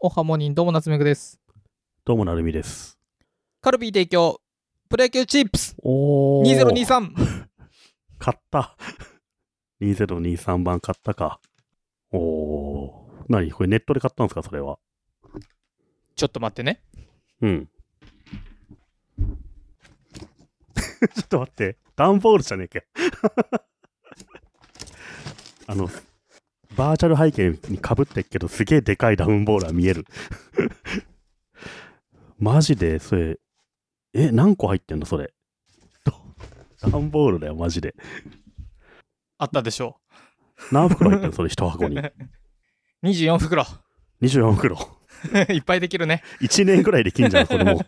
おはモニンどうも夏目くです。どうもなるみです。カルビー提供、プロ野球チップスおー。 2023。買った。2023番買ったか。おー。なにこれネットで買ったんですかそれは。ちょっと待ってね。うん。 ちょっと待って。段ボールじゃねえかよ。 あの、バーチャル背景にかぶってっけど、すげえでかいダウンボールは見える。 マジで、それ、え、何個入ってんのそれ。 ダンボールだよ、マジで。あったでしょ何袋入ってんのそれ、一箱に。う。24袋。 24袋。いっぱいできるね。 1年くらいできんじゃん、こ れもう。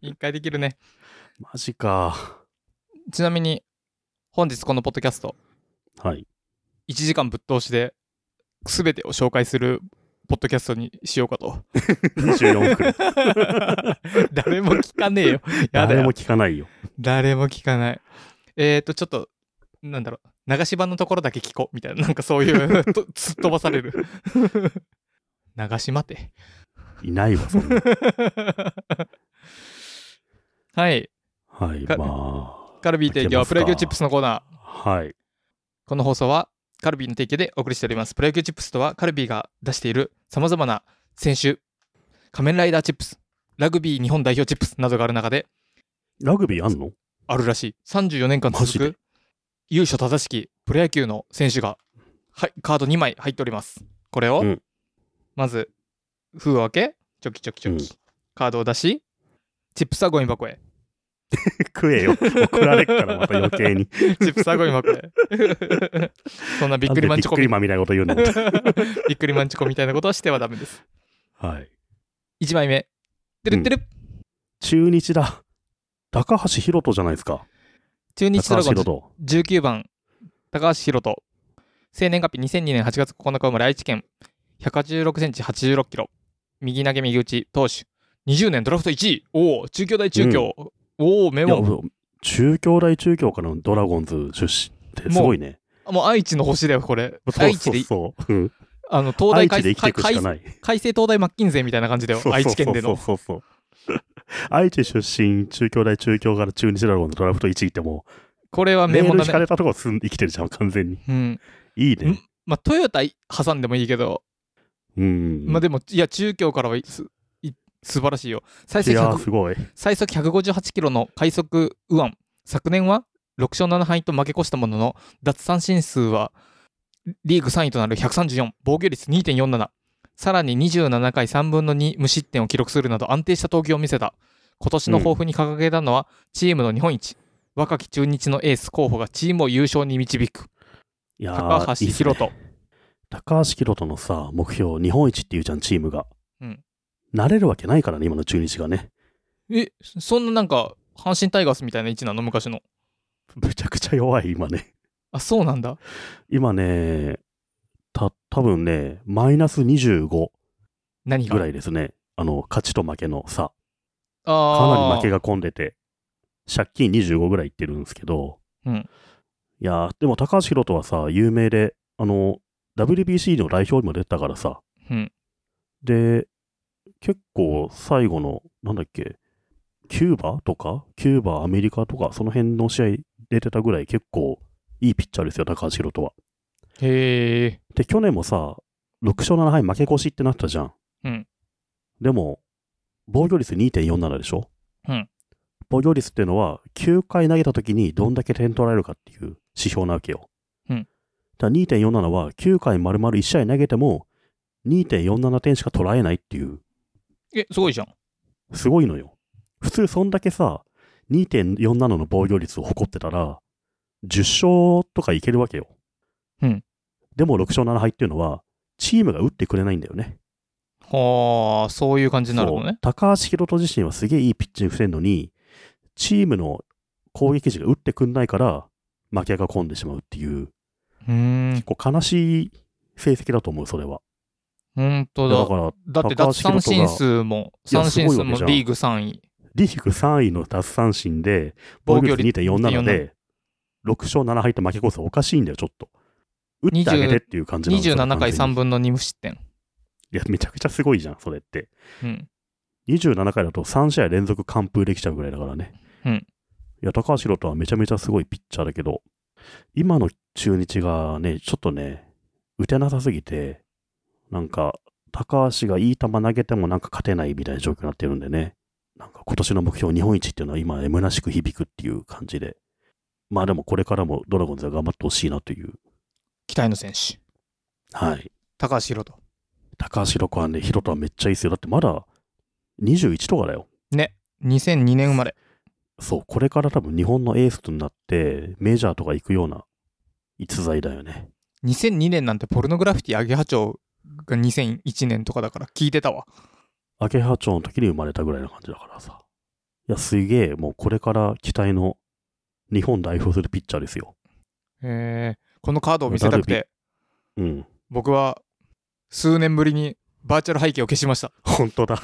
一回できるね。マジか。ちなみに、本日このポッドキャスト、はい。 1時間ぶっ通しで、すべてを紹介するポッドキャストにしようかと。 24袋。誰も聞かねえよ。やだ誰よも。聞かないよ。誰も聞かない。えーと、ちょっと、なんだろう、流し場のところだけ聞こうみたいな、なんかそういう、 と突っ飛ばされる。流し待て。いないわ、そんな。はい。はい、かまカルビー提供は開けますプかロ野球チップスのコーナー。あ、はい。この放送はカルビーの提供でお送りしております。プロ野球チップスとはカルビーが出しているさまざまな選手、仮面ライダーチップス、ラグビー日本代表チップスなどがある中で、ラグビーあ んのあるらしい。34年間マ続ジでく優勝正しきプロ野球の選手が、はい、カード2枚入っております。これを、うんまず封を開け、チョキチョキチョキ、うんカードを出し、チップスはゴミ箱へ。食えよ。怒られっから、また余計に。チップスはゴミ箱へ。 そん なびっくりマンチョコなんでびっくりみマンみたいなこと言う のびっくりマンチョコみたいなことはしてはダメです。はい。 1枚目。てるってる、中日だ。高橋宏斗じゃないですか。中日ド高ラ橋ゴンズ宏斗。 19番、高橋宏斗。生年月日2002年8月9日生まれ、愛知県。186センチ、86キロ。右投げ右打ち、投手。20年ドラフト1位。おお、中京大中京。おお、名いや、門。そう中京大中京からのドラゴンズ出身ってすごいね。もう愛知の星だよ、これ。そう愛知そうで、そう。うんあの、東大愛改知で生きていくし改かない。改正東大マッキンゼみたいな感じだよ、そうそう愛知県での。そうそうそうそう。 愛知出身、中京大中京から中日ドラゴンズドラフト1位ってもこれはう、メ名ール門引かだね。れたとこ住ん生きてるじゃん、完全に。うん。いいね。まあ、トヨタ挟んでもいいけど、うん。まあでも、いや、中京からはいすい素晴らしいよ。最い速やー、 100すごい。最速158キロの快速右腕昨年は6勝7敗と負け越したものの奪三振数はリーグ3位となる134防御率2.47さらに27回3分の2無失点を記録するなど安定した投球を見せた今年の抱負に掲げたのはチームの日本一、若き中日のエース候補がチームを優勝に導くいやー高橋いいっすね宏斗高橋宏斗のさ、目標、日本一っていうじゃん、チームが。うんなれるわけないからね、今の中日がね。えそんななんか阪神タイガースみたいな位置なの昔のむちゃくちゃ弱い、今ね。あそうなんだ今ね、た、多分ね、マイナス25何がぐらいですね。あの、勝ちと負けの差。あかーなり負けが込んでて、借金25ぐらいいってるんですけど、うんいやー、でも高橋宏斗はさ、有名で、あの、WBC の代表にも出てたからさ、うんで、結構最後の、なんだっけ、キューバとか、キューバ、アメリカとか、その辺の試合出てたぐらい結構いいピッチャーですよ、高橋宏斗は。へえで、去年もさ、6勝7敗負け越しってなったじゃん。うんでも、防御率2.47でしょうん防御率っていうのは、9回投げた時にどんだけ点取られるかっていう指標なわけよ。うんだから2.47は、9回丸々1試合投げても、2.47点しか取られないっていう、えすごいじゃんすごいのよ。普通、そんだけさ、2.47の防御率を誇ってたら、10勝とかいけるわけよ。うんでも6勝7敗っていうのは、チームが打ってくれないんだよね。はあ、そういう感じになるのそうね。高橋宏斗自身はすげえいいピッチングしてるのに、チームの攻撃陣が打ってくんないから、負けが込んでしまうっていう、うーん、こう悲しい成績だと思う、それは。本当だだ。から、だって高橋奪三宏斗振が数も、いや三振数すごいわもけじゃんリーグ3位。リーグ3位の奪三振で、防御率2.47で、6勝7敗と負け越すおかしいんだよ、ちょっと。打ってあげてっていう感じなんですよ27回完全3に分の2無失点。いや、めちゃくちゃすごいじゃん、それって。うん。 27回だと3試合連続完封できちゃうぐらいだからね。うんいや、高橋宏斗はめちゃめちゃすごいピッチャーだけど、今の中日がね、ちょっとね、打てなさすぎて、なんか、高橋がいい球投げてもなんか勝てないみたいな状況になってるんでね、なんか今年の目標日本一っていうのは今、虚しく響くっていう感じで、まあでもこれからもドラゴンズは頑張ってほしいなという、期待の選手。はい。高橋宏斗。高橋宏斗はね、宏斗はめっちゃいいですよ。だってまだ21とかだよ。 2002年生まれ。そう、これから多分日本のエースとなって、メジャーとか行くような逸材だよね。 2002年なんてポルノグラフィティアゲハ町が2001年とかだから聞いてたわ。アゲハ町の時に生まれたぐらいの感じだからさ。いや、すげえ、もうこれから期待の日本代表するピッチャーですよ。えー、このカードを見せたくて、うん。僕は数年ぶりにバーチャル背景を消しました。 本当だ。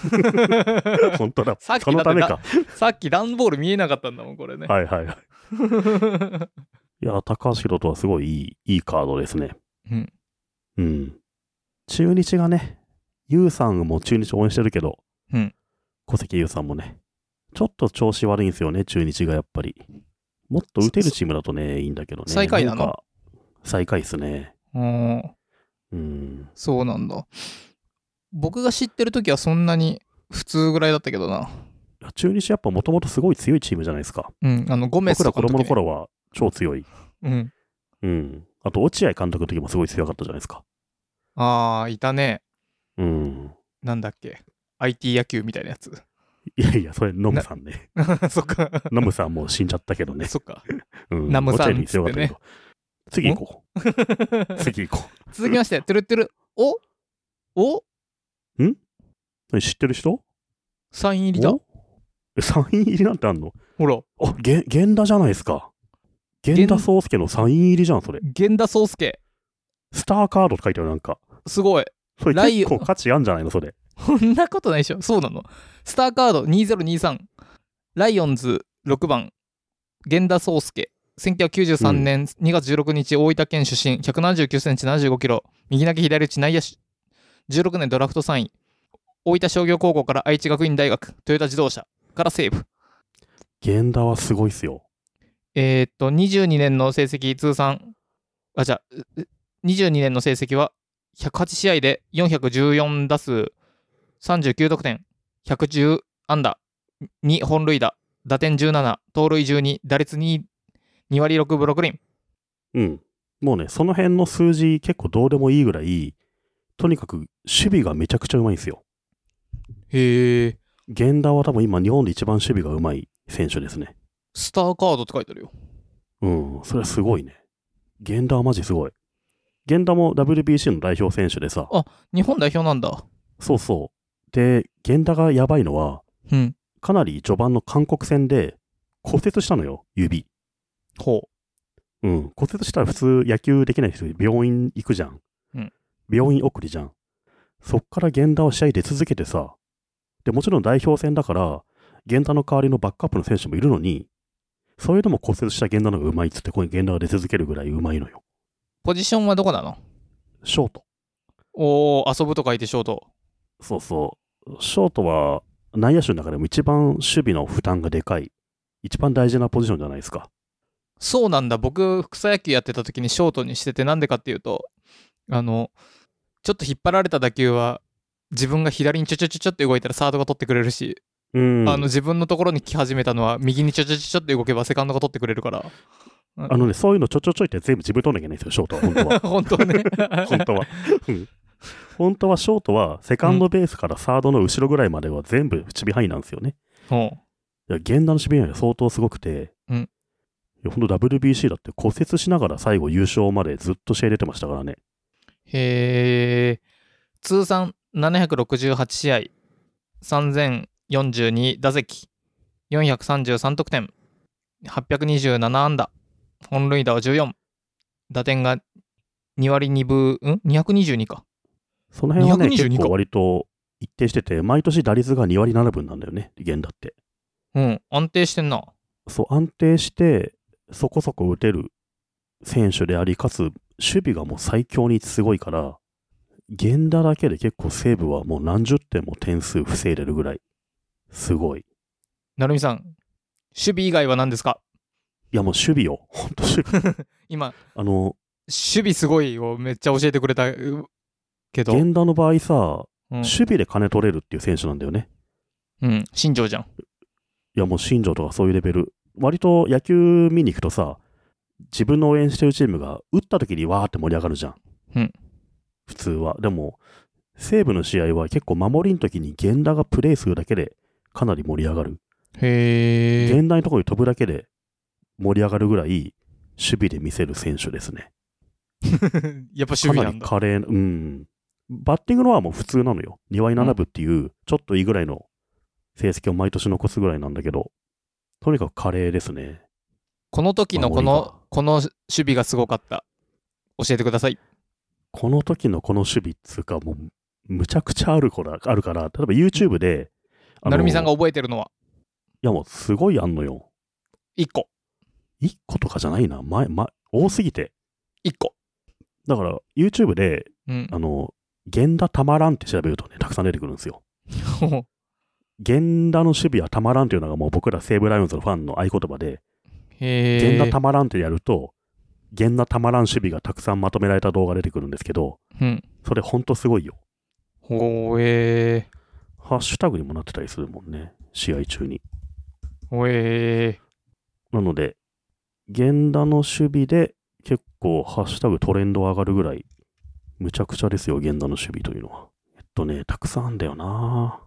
本当だ。さっきそのためか。さっき段ボール見えなかったんだもん、これね。はいはいはい。いや、高橋宏とはすごいいい、いいカードですね。うん。うん。中日がね、ユウさんも中日応援してるけど、うん。小関ユウさんもね、ちょっと調子悪いんですよね、中日がやっぱり。もっと打てるチームだとね、いいんだけどね。最下位なのんか最下位っすね。うんうん。そうなんだ。僕が知ってる時はそんなに普通ぐらいだったけどな。いや中日やっぱもともとすごい強いチームじゃないですか。うん、あの、ゴメス僕とかのら子時供にの頃は超強い。うん。うん。あと、落合監督の時もすごい強かったじゃないですか。ああ、いたね。うん。なんだっけ。IT 野球みたいなやつ。 いやいや、それ、ノムさんね。そっか。ノムさんもう死んじゃったけどね。そっか。うん、ナムさん落合より強かったけど次行こう。次行こ 続きまして、トゥルトゥル。おおう。 知ってる人サイン入りだ。おえサイン入りなんてあんのほら、あ、げ、源田じゃないですか。源田壮介のサイン入りじゃん、それ。源田壮介。スターカードって書いてある、なんか。すごい。それライ結構価値あんじゃないの、それ。こんなことないでしょ。そうなの。スターカード2023。ライオンズ6番。源田壮介。1993年2月16日、大分県出身。179センチ、75キロ。右投げ左打ち内野手。16年ドラフト3位。大分商業高校から愛知学院大学。トヨタ自動車から西武。源田はすごいっすよ。えーっと、22年の成績通算、あ、じゃあ、う22年の成績は108試合で414打数、39得点、110安打、2本塁打、打点17、盗塁12、打率2、2割6分6厘。うん。もうね、その辺の数字結構どうでもいいぐらい、とにかく守備がめちゃくちゃうまいんですよ。へえ。源田は多分今日本で一番守備がうまい選手ですね。スターカードって書いてあるよ。うん、それはすごいね。源田はマジすごい。源田も WBC の代表選手でさ、日本代表なんだ。そうそう。で、源田がやばいのは、うん。かなり序盤の韓国戦で骨折したのよ、指。ほうん、骨折したら普通野球できない人病院行くじゃん。うん病院送りじゃん。そっから源田を試合出続けてさ、でもちろん代表戦だから、源田の代わりのバックアップの選手もいるのに、そういうのも骨折した源田の方がうまいっつって、ここに源田が出続けるぐらいうまいのよ。う。ポジションはどこなのショート。おー、遊ぶと書いてショート。そうそう。ショートは内野手の中でも一番守備の負担がでかい、一番大事なポジションじゃないですか。そうなんだ僕草野球やってた時にショートにしててなんでかっていうとあのちょっと引っ張られた打球は自分が左にちょちょちょちょって動いたらサードが取ってくれるし、うん。あの自分のところに来始めたのは右にちょちょちょちょって動けばセカンドが取ってくれるからあのね、そういうのちょちょちょいって全部自分取らなきゃいけないんですよ、ショートは、本当は。 本当はね 本当は。うん本当はショートは、セカンドベースからサードの後ろぐらいまでは全部守備範囲なんですよね。 ほいや、源田の守備範囲が相当すごくて、うんいや本当 WBC だって骨折しながら最後優勝までずっと試合出てましたからね。うへえ通算768試合3042打席433得点827安打本塁打は14打点が2割2分うん222かその辺はね、 222結か構割と一定してて、毎年打率が2割7分なんだよね、源田って。うん安定してんなそう、安定して、そこそこ打てる選手であり、かつ、守備がもう最強にすごいから、源田だけで結構西武はもう何十点も点数防いでるぐらい、すごい。成美さん、守備以外は何ですかいやもう守備よ。本当守備。今、あの、守備すごいをめっちゃ教えてくれたうけど、源田の場合さ、うん守備で金取れるっていう選手なんだよね。うん、新庄じゃん。いやもう新庄とかそういうレベル。割と野球見に行くとさ、自分の応援してるチームが打った時にわーって盛り上がるじゃん。うん普通は。でも、西武の試合は結構守りの時に源田がプレーするだけでかなり盛り上がる。へえ。現代のところに飛ぶだけで盛り上がるぐらい守備で見せる選手ですね。やっぱ守か備ななんりだ。華麗な、うん。バッティングのはもう普通なのよ。2割7分っていう、ちょっといいぐらいの成績を毎年残すぐらいなんだけど、とにかく華麗ですね。この時のこ守りのが、この守備がすごかった。教えてください。この時のこの守備っつうか、もう、むちゃくちゃあるから、あるから、例えば YouTube で、あの成美さんがい覚えてるのは、やもうすごいあんのよ。 1個、 1個とかじゃないな。前、前、多すぎて。 1個。だから、YouTube で、うん。あの、源田たまらんって調べるとね、たくさん出てくるんですよ。源田の守備はたまらんっていうのがもう僕ら西武ライオンズのファンの合言葉で、 へえ。源田たまらんってやると、源田たまらん守備がたくさんまとめられた動画出てくるんですけど、うん。それほんとすごいよ。ほえハッシュタグにもなってたりするもんね、試合中に。ー。ほえなので、源田の守備で結構ハッシュタグトレンド上がるぐらい、むちゃくちゃですよ、源田の守備というのは。えっとね、たくさんあんだよな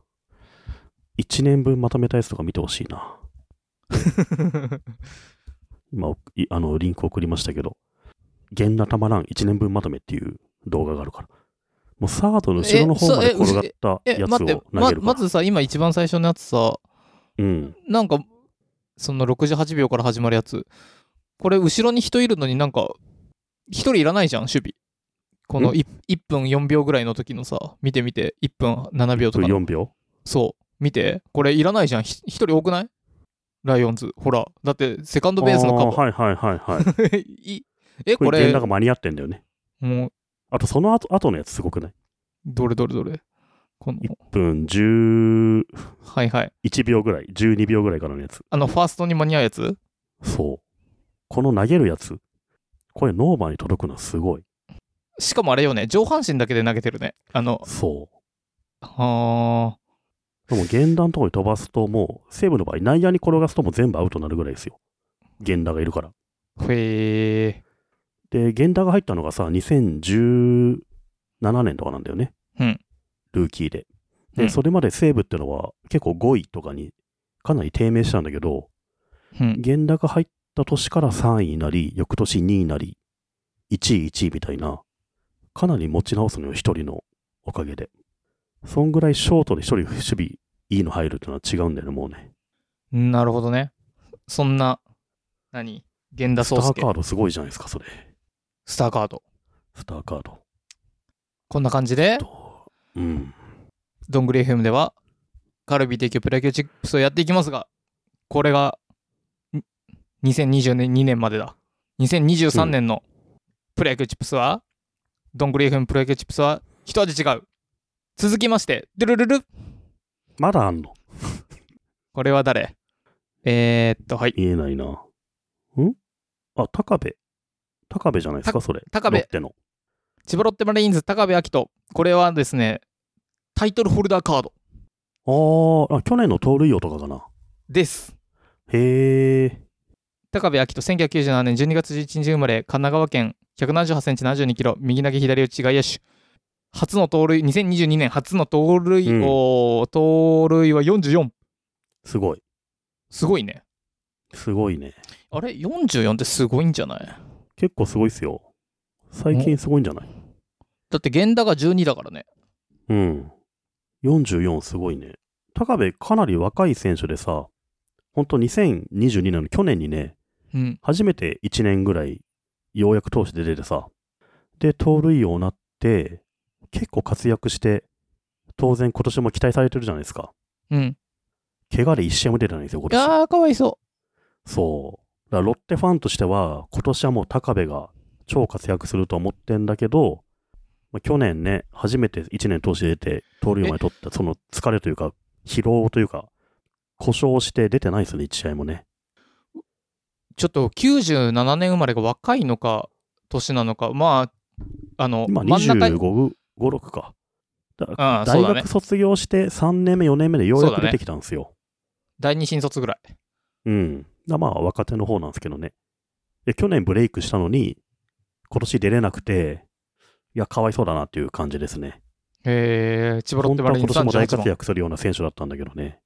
1年分まとめたやつとか見てほし いな。ー。今、いあの、リンク送りましたけど、源田たまらん1年分まとめっていう動画があるから。もうサードの後ろの方までえそうえ転がったえ、やつ待を投ってげる、からま、。まずさ、今一番最初のやつさ、うん。なんか、その68秒から始まるやつ。これ、後ろに人いるのになんか、一人いらないじゃん、守備。このん1分4秒ぐらいの時のさ、見てみて、1分7秒とかの。 4秒そう、見て。これいらないじゃん、ひ一人多くないライオンズ。ほら、だって、セカンドベースのカあーバはいはいは いはい。ー。いえ、ここれ、れ源田、が間に合ってんだよね。もう、あと、その後後のやつすごくないどれどれどれ。この、 1分11はいはい。秒ぐらい、12秒ぐらいからのやつ。あの、ファーストに間に合うやつそう。この投げるやつ、これノーマンに届くのすごい。しかもあれよね、上半身だけで投げてるね。あの、そはう。でも、源田のところに飛ばすと、もう、西武の場合、内野に転がすともう全部アウトになるぐらいですよ。源田がいるから。ー、へえ。で、源田が入ったのがさ、2017年とかなんだよね。うんルーキーで。うで、んそれまで西武ってのは結構5位とかにかなり低迷したんだけど、うん、源田が入った年から3位になり、翌年2位になり、1位、1位みたいな、かなり持ち直すのよ、一人のおかげで。そんぐらいショートで一人守備いいの入るってのは違うんだよね、もうね。なるほどね。そんな、何源田スタ壮ー介カードすごいじゃないですか、それ。スターカード。スターカード。こんな感じで、とうん。どんぐり FM では、カルビ提供プロ野球チップスをやっていきますが、これが、ん2022年2年までだ。2023年のプロ野球チップスは、どんぐり FM プロ野球チップスは、一味違う。続きまして、ドゥルルルまだあんのこれは誰えー、っと、はい。言えないな。んあ、高部。高部じゃないですか、それ。高部ロッテの。千葉ロッテマリーンズ、高部明人。これはですね、タイトルホルダーカードあーあ、去年の盗塁王とかかな。です。へえ。高部昭人1997年12月11日生まれ神奈川県178センチ72キロ右投げ左打ち外野手初の盗塁2022年初の盗塁うんを、盗塁は44すごい。すごいねすごいね。あれ44ってすごいんじゃない結構すごいっすよ。最近すごいんじゃないだって源田が12だからねうん。44すごいね。高部かなり若い選手でさ、ほんと2022年の去年にね、うん初めて1年ぐらい、ようやく投手で出てさ、で、盗塁王になって、結構活躍して、当然今年も期待されてるじゃないですか。うん怪我で1試合も出てないんですよ、今い年。やーかわいそそう。だからロッテファンとしては、今年はもう高部が超活躍すると思ってんだけど、まあ、去年ね、初めて1年通して出て、通るようまで取った、その疲れというか、疲労というか、故障して出てないですよね、1試合もね。ちょっと97年生まれが若いのか、年なのか、まあ、あの、今真ん中に、 25、5、6か。だからああそ大うだね学、卒業して3年目、4年目でようやそうくだね出てきたんですよ。第二新卒ぐらい。うん。だまあ、若手の方なんですけどね。で、去年ブレイクしたのに、今年出れなくて、いや、かわいそうだなっていう感じですね。えー、千葉ロッテ本当バはレー今に年も大38活番。躍するような選手だったんだけどね。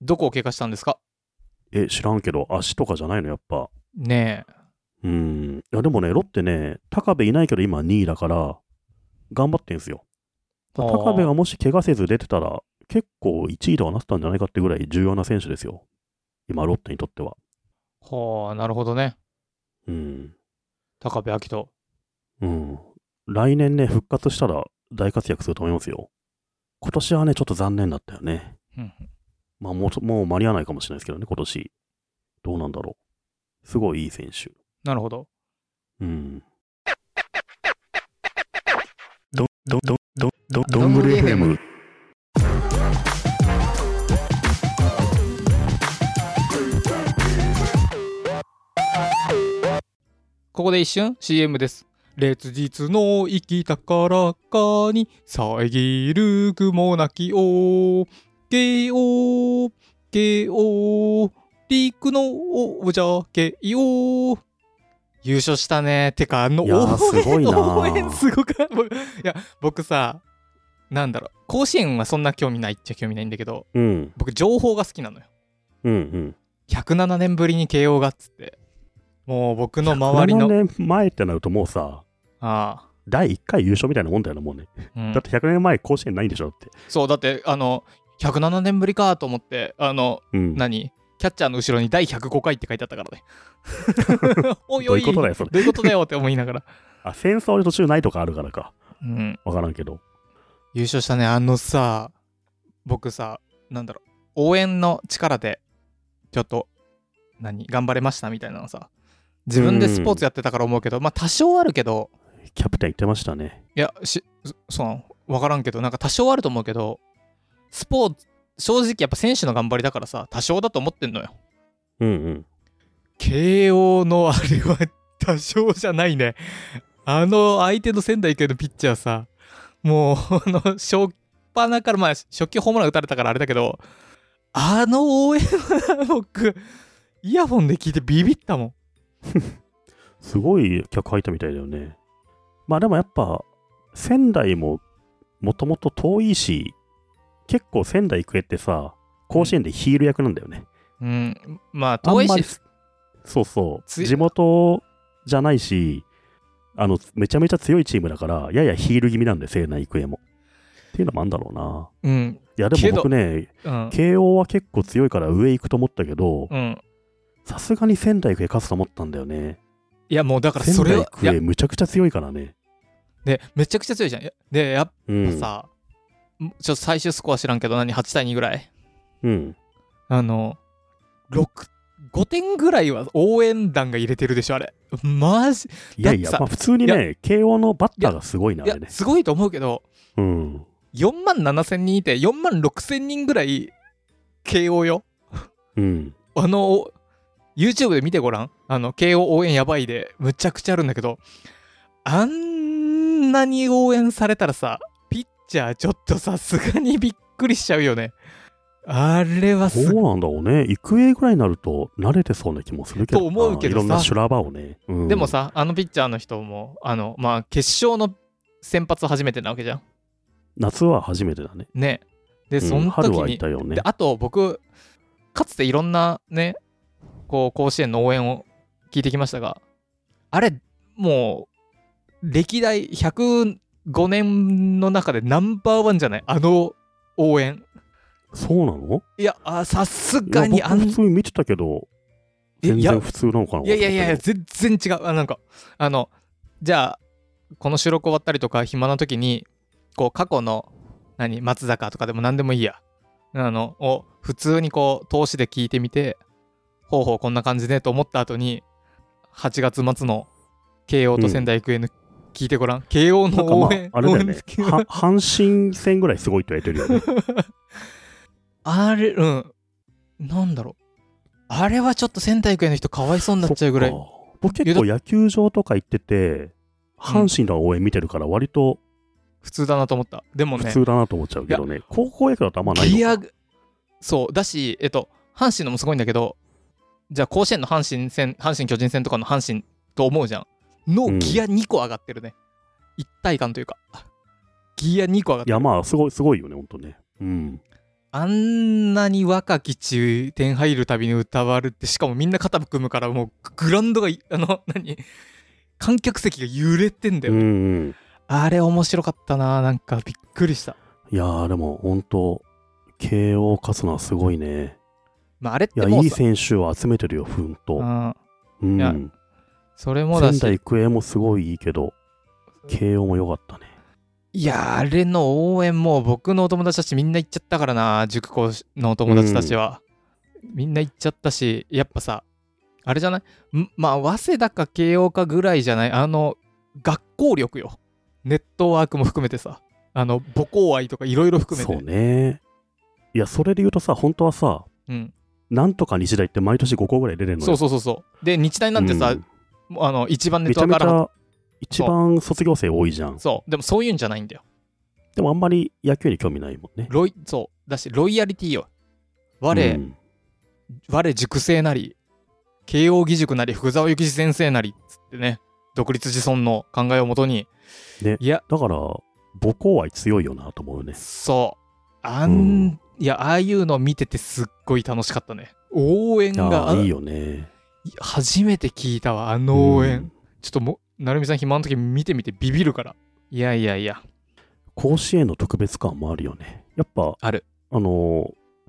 どこを怪我したんですかえ、知らんけど、足とかじゃないの、やっぱ。ねえ。うん。いや、でもね、ロッテね、高部いないけど今2位だから、頑張ってんすよ。あー高部がもし怪我せず出てたら、結構1位とはなってたんじゃないかってぐらい重要な選手ですよ。今、ロッテにとっては。はあ、なるほどね。うん。高部昭人。うん。来年ね、復活したら大活躍すると思いますよ。今年はね、ちょっと残念だったよね。うんまあ、もうちょ、もう間に合わないかもしれないですけどね、今年。どうなんだろう。すごいいい選手。なるほど。うん。ど、ど、ど、ど、ど、どんぐり FM。ここで一瞬 CM です。烈日の生き宝かに遮る雲なきを慶応慶応陸の王者慶応優勝したね。てか、あのいやー応援すごいなー応援すごくない僕いや、僕さ、なんだろう、甲子園はそんな興味ないっちゃ興味ないんだけど、うん。僕、情報が好きなのよ。うんうん。 107年ぶりに慶応がっつって。もう僕の周りの7。年前ってなるともうさ、あ第1回優勝みたいなもんだよな、もうね。あ、うんだって100年前甲子園ないんでしょだって。そうだってあの107年ぶりかと思ってあのうん。何キャッチャーの後ろに第105回って書いてあったからね おいどおういいうことだよ、それ。どういうことだよって思いながら、あ、戦争で途中ないとかあるからか。うん、わからんけど。優勝したねあのさ僕さなんだろう応援の力でちょっと何頑張れましたみたいなのさ自分でスポーツやってたから思うけど、まあ多少あるけどキャプテン言ってましたね。いやしそそうなの分からんけどなんか多少あると思うけどスポーツ正直やっぱ選手の頑張りだからさ多少だと思ってんのようんうん。慶応のあれは多少じゃないね。あの相手の仙台育英のピッチャーさ、もう、あの、初っ端から、まあ、初球ホームラン打たれたからあれだけど、あの応援は僕、イヤホンで聞いてビビったもん。すごい客入ったみたいだよね。まあでもやっぱ、仙台ももともと遠いし、結構仙台育英ってさ、甲子園でヒール役なんだよね。うん、まあ、あん遠まいし、りすそうそう。つい地元じゃないし、あの、めちゃめちゃ強いチームだから、ややヒール気味なんで、西南育英も。っていうのもあんだろうな。うん、いや、でけども僕ね、うん、慶応は結構強いから上行くと思ったけど、うん。さすがに仙台育英勝つと思ったんだよね。いや、もうだから仙それ台は、い育や英、むちゃくちゃ強いからね。で、めちゃくちゃ強いじゃん。いやで、やっうんぱ。さ、んちょっと最終スコア知らんけど、何、8対2ぐらいうん。あの、六5点ぐらいは応援団が入れてるでしょ、あれ。マジ。いやいや、だってさまあ普通にいね、慶応のバッターがすごいないやでね、。すごいと思うけど、うん。 4万7千人いて、4万6千人ぐらい、慶応よ。うん。あの、YouTube で見てごらん。あの、慶応応援やばいで、むちゃくちゃあるんだけど、あんなに応援されたらさ、ピッチャーちょっとさすがにびっくりしちゃうよね。あれはそすうなんだろうね。育英ぐらいになると慣れてそうな気もするけどな。と思うけどさいろんな修羅場をね。うんでも、さ、あのピッチャーの人も、あの、まあ、決勝の先発初めてなわけじゃん。夏は初めてだね。ね。で、うんその時春はいに、たよねで。あと僕、かつていろんなね、こう、甲子園の応援を聞いてきましたが、あれ、もう、歴代105年の中でナンバーワンじゃないあの応援。そうなのいや、あさすいやがにあ僕普ん通に見てたけど、え全いや然普通なのかな。いやいやいやいや、全然違う。あなんか、あの、じゃあ、この収録終わったりとか、暇な時に、こう、過去の、何、松坂とかでも何でもいいや、あの、を普通にこう、投資で聞いてみて、ほうほう、こんな感じねと思った後に、8月末の慶応と仙台育英の聞いてごらん。慶応なんかのま応あ援、、あれだよね応援。は阪神戦ぐらいすごいって言われてるよね。あれ、うん。なんだろう。あれはちょっと仙台育英の人かわいそうになっちゃうぐらいそっ。か。僕結構野球場とか行ってて、阪神の応援見てるから割と普通だなと思った。でも普ね、通だなと思っちゃうけどね。高校野球だとあんまないのギアか。が、そう、だし、えっと、阪神のもすごいんだけど、じゃあ甲子園の阪神戦、阪神巨人戦とかの阪神と思うじゃん。のうんギア2個上がってるね。一体感というか。ギア2個上がっているやまあすごいすごいよね、ほんとね。うん。あんなに若き中点入るたびに歌われてしかもみんな肩組むからもうグラウンドがい あの何観客席が揺れてんだうよ、んねうん。あれ面白かったななんかびっくりした、いやーでも本当慶応勝つのはすごいね。まあ、あれっいてや、もういいい選手を集めてるよ、ふんと。うん、うん。いや仙それもだし台育英もすごいいいけど、慶応も良かったね。いやあれの応援もう僕のお友達たちみんな行っちゃったからな塾校のお友達たちは、みんな行っちゃったしやっぱさあれじゃないんまあ早稲田か慶応かぐらいじゃないあの学校力よネットワークも含めてさあの母校愛とかいろいろ含めてそうね。いや、それで言うとさ、本当はさ、うん、なんとか日大って毎年5校ぐらい出れるのよ。そうそうそうそうで日大なんてさ、うんもうあの一番ネッめトちゃワーめクちあるゃ一番卒業生多いじゃん。そうでもそういうんじゃないんだよでもあんまり野球に興味ないもんね。ロイそうだしロイヤリティよ我、うん我塾生なり慶応義塾なり福沢諭吉先生なりっつってね独立自尊の考えをもとに、ねいやだから、母校愛強いよなと思うね。そうあん、うんいやああいうの見ててすっごい楽しかったね応援いやがーいいよね。初めて聞いたわあの応援、うんちょっともう成美さん暇の時見てみてビビるからいやいやいや甲子園の特別感もあるよね。やっぱ、あるあの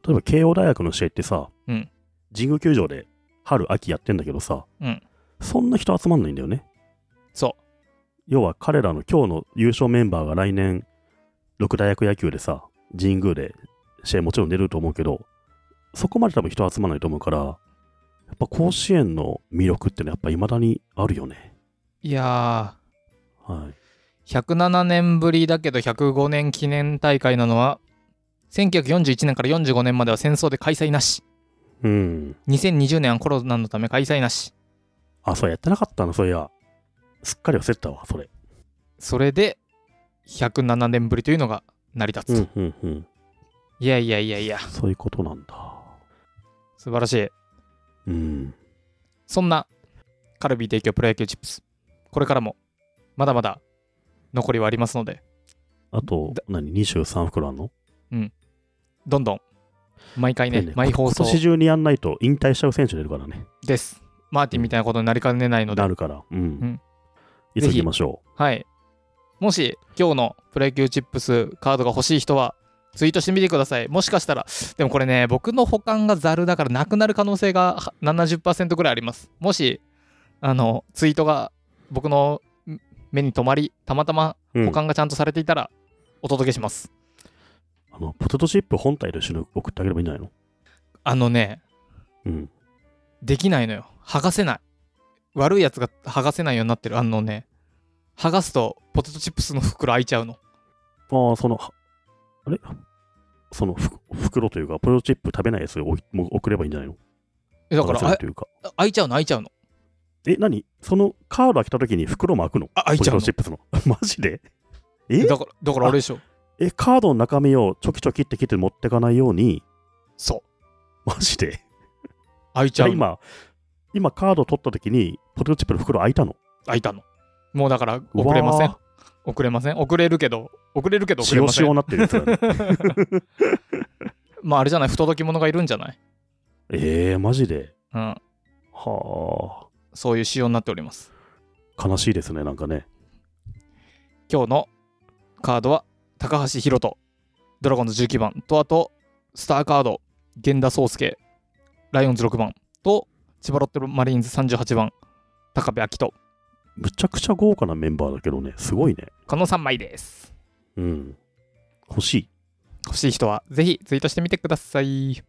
ー例えば慶応大学の試合ってさ、うん神宮球場で春、秋やってんだけどさ、うんそんな人集まんないんだよね。そ要は彼らの今日の優勝メンバーが来年、六大学野球でさ、神宮で試合もちろん出ると思うけど、そこまで多分人集まらないと思うから、やっぱ甲子園の魅力ってのはやっぱ未だにあるよね。ういやーはい。 107年ぶりだけど105年記念大会なのは1941年から45年までは戦争で開催なしうん。 2020年はコロナのため開催なしあ、そうやってなかったな、そういや。すっかり忘れてたわ、それ。それで107年ぶりというのが成り立つと、、うん、うん。いやいやいやいやそういうことなんだ。素晴らしいうん。そんなカルビー提供プロ野球チップスこれからもまだまだ残りはありますのであとだ、何 ?23 袋あんのどんどん毎回ねね毎放送今年中にやんないと引退しちゃう選手出るからね。ですマーティンみたいなことになりかねないのでなるから。うん。ん急ぎましょはい。もし、今日のプロ野球チップスカードが欲しい人は、ツイートしてみてください。もしかしたら、でもこれね、僕の保管がザルだからなくなる可能性がは70%ぐらいあります。もし、あの、ツイートが僕のん目に留まり、たまたまう。うん保管がちゃんとされていたら、お届けします。あのポテトチップ本体と一緒に送ってあげればいいんじゃないのあのね、うん。できないのよ。剥がせない。悪いやつが剥がせないようになってる。あのね、剥がすとポテトチップスの袋開いちゃうの。ああ、その、はあれそのふ袋というか、ポテトチップ食べないやつを置いもう送ればいいんじゃないのえだか剥がせならい、というか。あ開いちゃうの、開いちゃうの。え、何そのカード開けた時に袋も開くのあ開いポちテゃうのトチ。ップスの。 マジでえだから、だからあれでしょ。え、カードの中身をちょきちょきって切って持ってかないように、 そう。マジで開いちじゃゃうあの。今、今カード取った時に、ポテトチップの袋開いたの。開いたの。もうだから、遅れませうんわ。遅れません。遅れるけど、遅れるけどー。遅しれおましせおん。なってるやつだ ね。まあ、あれじゃない、不届き者がいるんじゃないええー、マジで。うん。はそういう仕様になっております。あ。悲しいですね、なんかね。今日のカードは、高橋宏斗、ドラゴンズ19番と、あと、スターカード、源田壮亮、ライオンズ6番と、千葉ロッテマリーンズ38番、高部昭人、むちゃくちゃ豪華なメンバーだけどね、すごいね。この3枚です。うん。欲しい。欲しい人は、ぜひツイートしてみてください。